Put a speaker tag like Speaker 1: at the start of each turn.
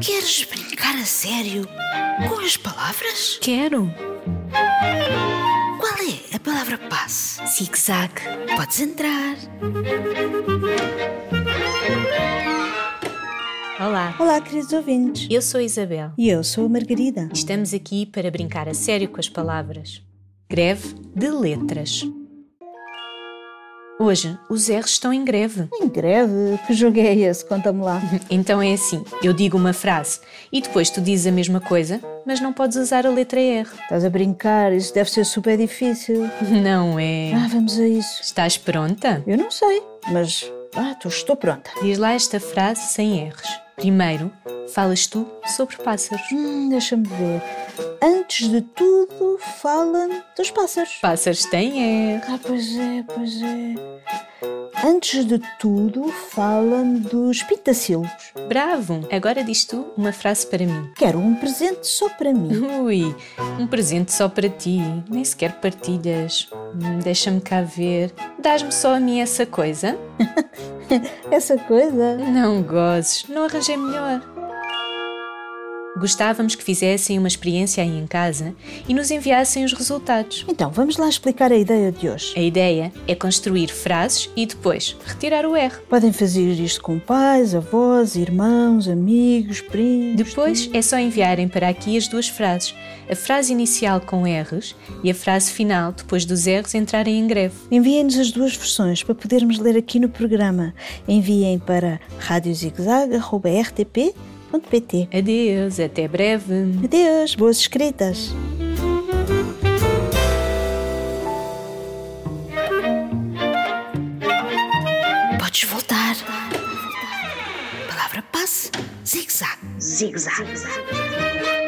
Speaker 1: Queres brincar a sério? Com as palavras?
Speaker 2: Quero.
Speaker 1: Qual é a palavra passe?
Speaker 2: Zig-zag.
Speaker 1: Podes entrar.
Speaker 2: Olá,
Speaker 3: Olá, queridos ouvintes.
Speaker 2: eu sou a Isabel.
Speaker 3: E eu sou a Margarida.
Speaker 2: Estamos aqui para brincar a sério com as palavras. Greve de letras. Hoje, os R's estão em greve.
Speaker 3: Em greve, que jogo é esse? Conta-me lá.
Speaker 2: Então é assim: eu digo uma frase e depois tu dizes a mesma coisa, mas não podes usar a letra R.
Speaker 3: Estás a brincar, isso deve ser super difícil.
Speaker 2: Não é?
Speaker 3: Ah, vamos a isso.
Speaker 2: Estás pronta?
Speaker 3: Eu não sei, mas. Ah, tu estou pronta.
Speaker 2: Diz lá esta frase sem R's. Primeiro, falas tu sobre pássaros.
Speaker 3: Hum, deixa-me ver. Antes de tudo, fala-me dos pássaros.
Speaker 2: Pássaros têm R.
Speaker 3: Ah, pois é, pois é. Antes de tudo, fala-me dos pintacilgos.
Speaker 2: Bravo! Agora diz tu uma frase para mim.
Speaker 3: Quero um presente só para mim.
Speaker 2: Ui, um presente só para ti, nem sequer partilhas. Hum, Deixa-me cá ver. Dás-me só a mim essa coisa?
Speaker 3: Essa coisa.
Speaker 2: Não gozes, não arranjei melhor. Gostávamos que fizessem uma experiência aí em casa e nos enviassem os resultados.
Speaker 3: Então, vamos lá explicar a ideia de hoje.
Speaker 2: A ideia é construir frases e depois retirar o R.
Speaker 3: Podem fazer isto com pais, avós, irmãos, amigos, primos.
Speaker 2: Depois é só enviarem para aqui as duas frases, a frase inicial com R's e a frase final depois dos R's entrarem em greve.
Speaker 3: Enviem-nos as duas versões para podermos ler aqui no programa. Enviem para radiozigzag.rtp.pt.
Speaker 2: Adeus, até breve!
Speaker 3: Adeus, boas escritas!
Speaker 1: Podes voltar. Palavra passe. Zig-zag. Zig-zag.